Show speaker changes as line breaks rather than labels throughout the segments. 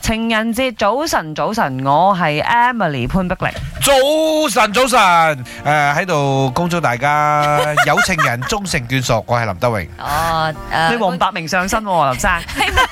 情人節早晨，早晨，我係 Emily 潘碧玲。
早晨，早晨，誒喺度恭祝大家有情人終成眷屬，我係林德榮。
哦，誒，
你黃百鳴上身喎，林生。
希望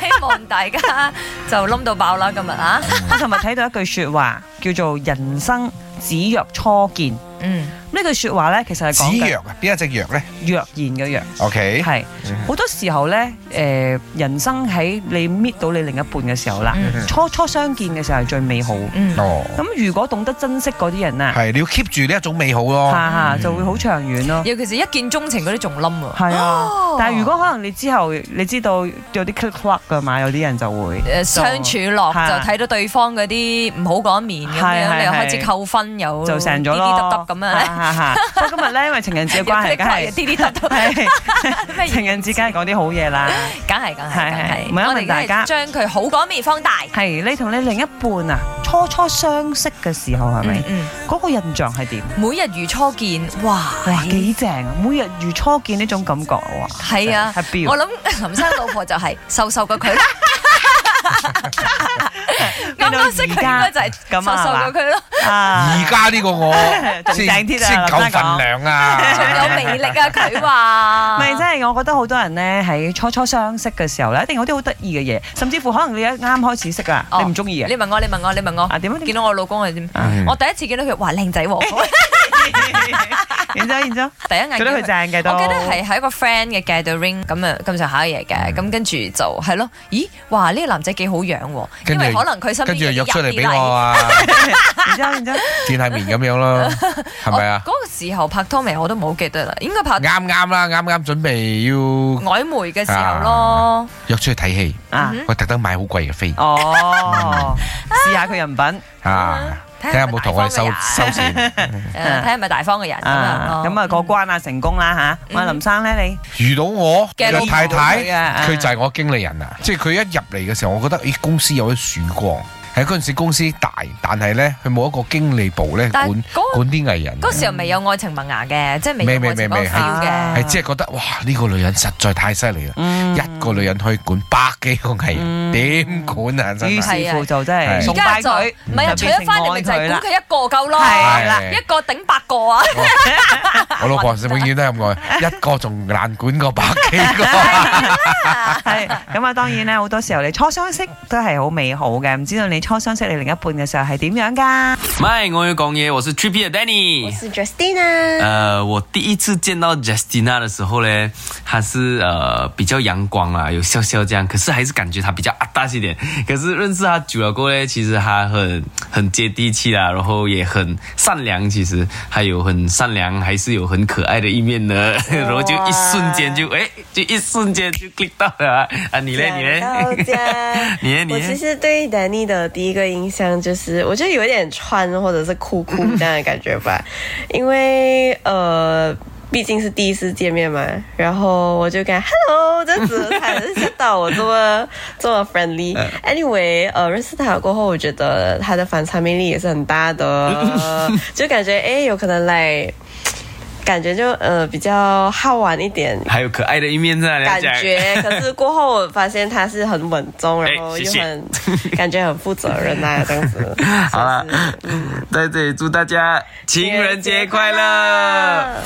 希望大家就冧到爆啦，今日啊，
我尋日睇到一句説話，叫做人生只若初見。呢
嗯，
句説話咧，其 實係講
子
緊
藥啊，邊一隻藥咧
若然嘅若，
？OK，
係
嗯
好多時候咧，誒、人生喺你搣到你另一半嘅時候啦，
嗯
初初相見嘅時候係最美好。
嗯，
哦，
咁如果懂得珍惜嗰啲人啊，
係你要 keep 住呢一種美好咯。
下
哦
下就會好長遠咯。
尤其是一見鍾情嗰啲仲冧喎，
係啊
嗯哦，
但係如果可能你之後你知道有啲 click clock 噶嘛，有啲人就會
誒呃相處落
係
就睇到對方嗰啲唔好嗰一面
係
咁
係
樣，你又
係
開始扣分，又
就成咗
哦滴滴
咯
答，答咁樣，
啊。所以今日咧，因為情人節嘅關係，梗
又
係
滴滴答 答，
係
咩
情人節梗係講啲好嘢啦。
梗係梗
係係
係
唔
梗
係
係，
因
我
為
哋
大
梗
家
係將佢好嗰一面放大，
係你同你另一半啊，初初相識嘅時候係咪
嗯？嗯，
嗰個印象係點？
每日如初見，哇，
哇，幾正啊！每日如初見呢種感覺哇，
係啊
真係 happy
我
喎
諗 林生老婆就係瘦瘦過佢啦。啱啱識佢應該就係瘦瘦過佢咯，
啊
而家呢個我
仲
先
正啲啊
先夠
林生講
份 量啊！
仲有魅力啊！佢話
咪真 係，我啊覺得好多人咧喺初初相識嘅時候咧，一定有啲好得意嘅嘢，甚至乎可能你一啱開始識啊，
哦
你唔中意嘅
你問我，你問我，你問我，
啊點啊？
見到我老公係點？
嗯
我第一次見到佢，哇靚仔喎！
然之後，然之後，
第一眼
覺得佢
見
正嘅都。
到佢我記得係喺一個 friend 嘅 gathering 咁啊咁上下嘅嘢嘅，咁跟住就係咯，咦哇呢個男仔幾好樣喎，因為
跟住
可能佢身邊
跟住又約
有啲
出
人
嚟俾
啲
我
禮
啊，
然之後，然之後，
見下面咁 樣咯，係咪啊？
我嗰個時候拍拖未，我都冇記得啦，應該拍
啱啱啦，啱啱準備要
曖昧嘅時候咯。
約出去睇戲，
啊，
嗯
我特登買好貴嘅飛
哦，試下佢人品
啊，睇
睇
下
下
有冇同我哋收
大方
收錢。
誒睇下係咪大方嘅人咁
啊，
樣哦
咁啊過關啊，成功啦吓。我話
嗯
林生咧，你
遇到我
嘅
嘅
老
太
婆佢啊
太，
啊
佢就係我經理人啊！即係佢一入嚟嘅時候，我覺得咦公司有啲曙光。喺嗰陣時公司大，但係咧佢冇一個經理部咧
但
管
係嗰
管啲藝人，啊
嗰時候未有愛情萌芽嘅，即係
未
未
未
有愛情嗰個
未未
feel
係
嘅。
係即係覺得哇呢個女人實在太犀利啦！
嗯
一個女人可以管百幾個藝
嗯
人，點管啊真
於
係！
是乎就真係
係
崇
而
拜
家就
佢，
唔係啊，
就
娶
變成
咗翻嚟咪就
愛佢
係
啦
估佢一個夠咯，
係啦
一個頂八個啊！
我老婆永遠都係咁 講，一個仲難管過百幾個。
係咁啊，當然咧，好多時候你初相識都係好美好嘅，唔知道你初相識你另一半嘅時候係點樣㗎？
咪，我要講嘢，我是 Trippy 的
我
Danny。
是 Justina。
呃，我第一次见到 Justina 的时候呢，她是呃比较阳光啊，有笑笑这样，可是还是感觉她比较阿大一点。可是认识她久了过后呢，其实她很很接地气啦，然后也很善良，其实还有很善良，还是有很可爱的一面的。 然后就一瞬间就哎，就一瞬间就 click 到了啊啊！你呢？你
讲到
呢？
家
你呢你呢
我其实对 Danny 的第一个印象就是，我觉得有点穿或者是酷酷这样的感觉 吧，因为呃。毕竟是第一次见面嘛，然后我就跟他 “hello” 这样子，他也是吓到我这么这么 friendly。Anyway，呃，认识他过后，我觉得他的反差魅力也是很大的， 就感觉诶，有可能来，感觉就呃比较好玩一点，
还有可爱的一面在那
感
里啊讲。
觉，可是过后我发现他是很稳重，然后
哎谢
又
谢
很感觉很负责任啊，这样 子。
好啦，在这里祝大家情人节快乐。